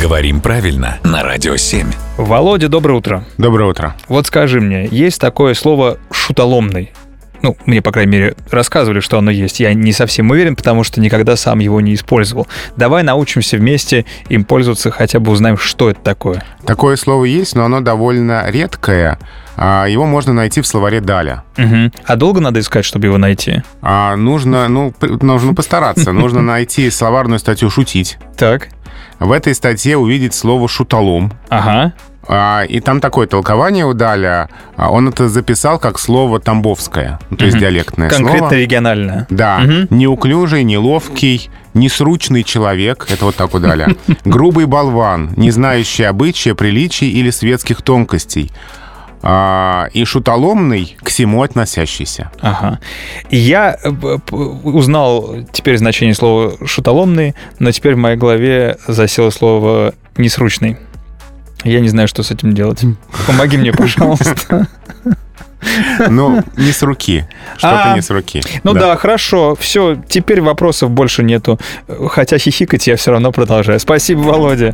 Говорим правильно на Радио 7. Володя, доброе утро. Доброе утро. Вот скажи мне, есть такое слово «шутоломный»? Ну, мне, по крайней мере, рассказывали, что оно есть. Я не совсем уверен, потому что никогда сам его не использовал. Давай научимся вместе им пользоваться, хотя бы узнаем, что это такое. Такое слово есть, но оно довольно редкое. А, Его можно найти в словаре Даля. Мгм. А долго надо искать, чтобы его найти? А, Нужно, ну, п- нужно постараться. Нужно найти словарную статью «шутить». Так. В этой статье увидеть слово «шутолом». Ага. А, И там такое толкование у Даля. А, Он это записал как слово «тамбовское», ну, то есть диалектное Конкретно слово. регионально. Да, неуклюжий, неловкий, несручный человек, это вот так у Даля. Грубый болван, не знающий обычая, приличий или светских тонкостей. А, и шутоломный, к всему относящийся. Ага. Я э, п- п- узнал теперь значение слова «шутоломный», но теперь в моей голове засело слово «несручный». Я не знаю, что с этим делать. Помоги мне, пожалуйста. Ну, не с руки. Что-то А, не с руки. Ну да, хорошо, все, теперь вопросов больше нету. Хотя хихикать я все равно продолжаю. Спасибо, Володя.